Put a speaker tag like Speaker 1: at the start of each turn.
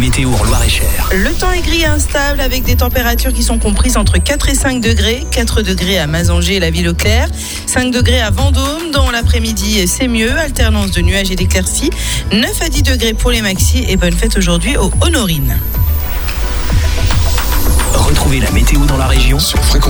Speaker 1: météo en Loire-et-Cher.
Speaker 2: Le temps est gris et instable avec des températures qui sont comprises entre 4 et 5 degrés. 4 degrés à Mazanger et la ville au clair. 5 degrés à Vendôme. Dans l'après-midi, c'est mieux. Alternance de nuages et d'éclaircies. 9 à 10 degrés pour les maxis. Et bonne fête aujourd'hui aux Honorines.
Speaker 1: Retrouvez la météo dans la région
Speaker 3: sur Fréquence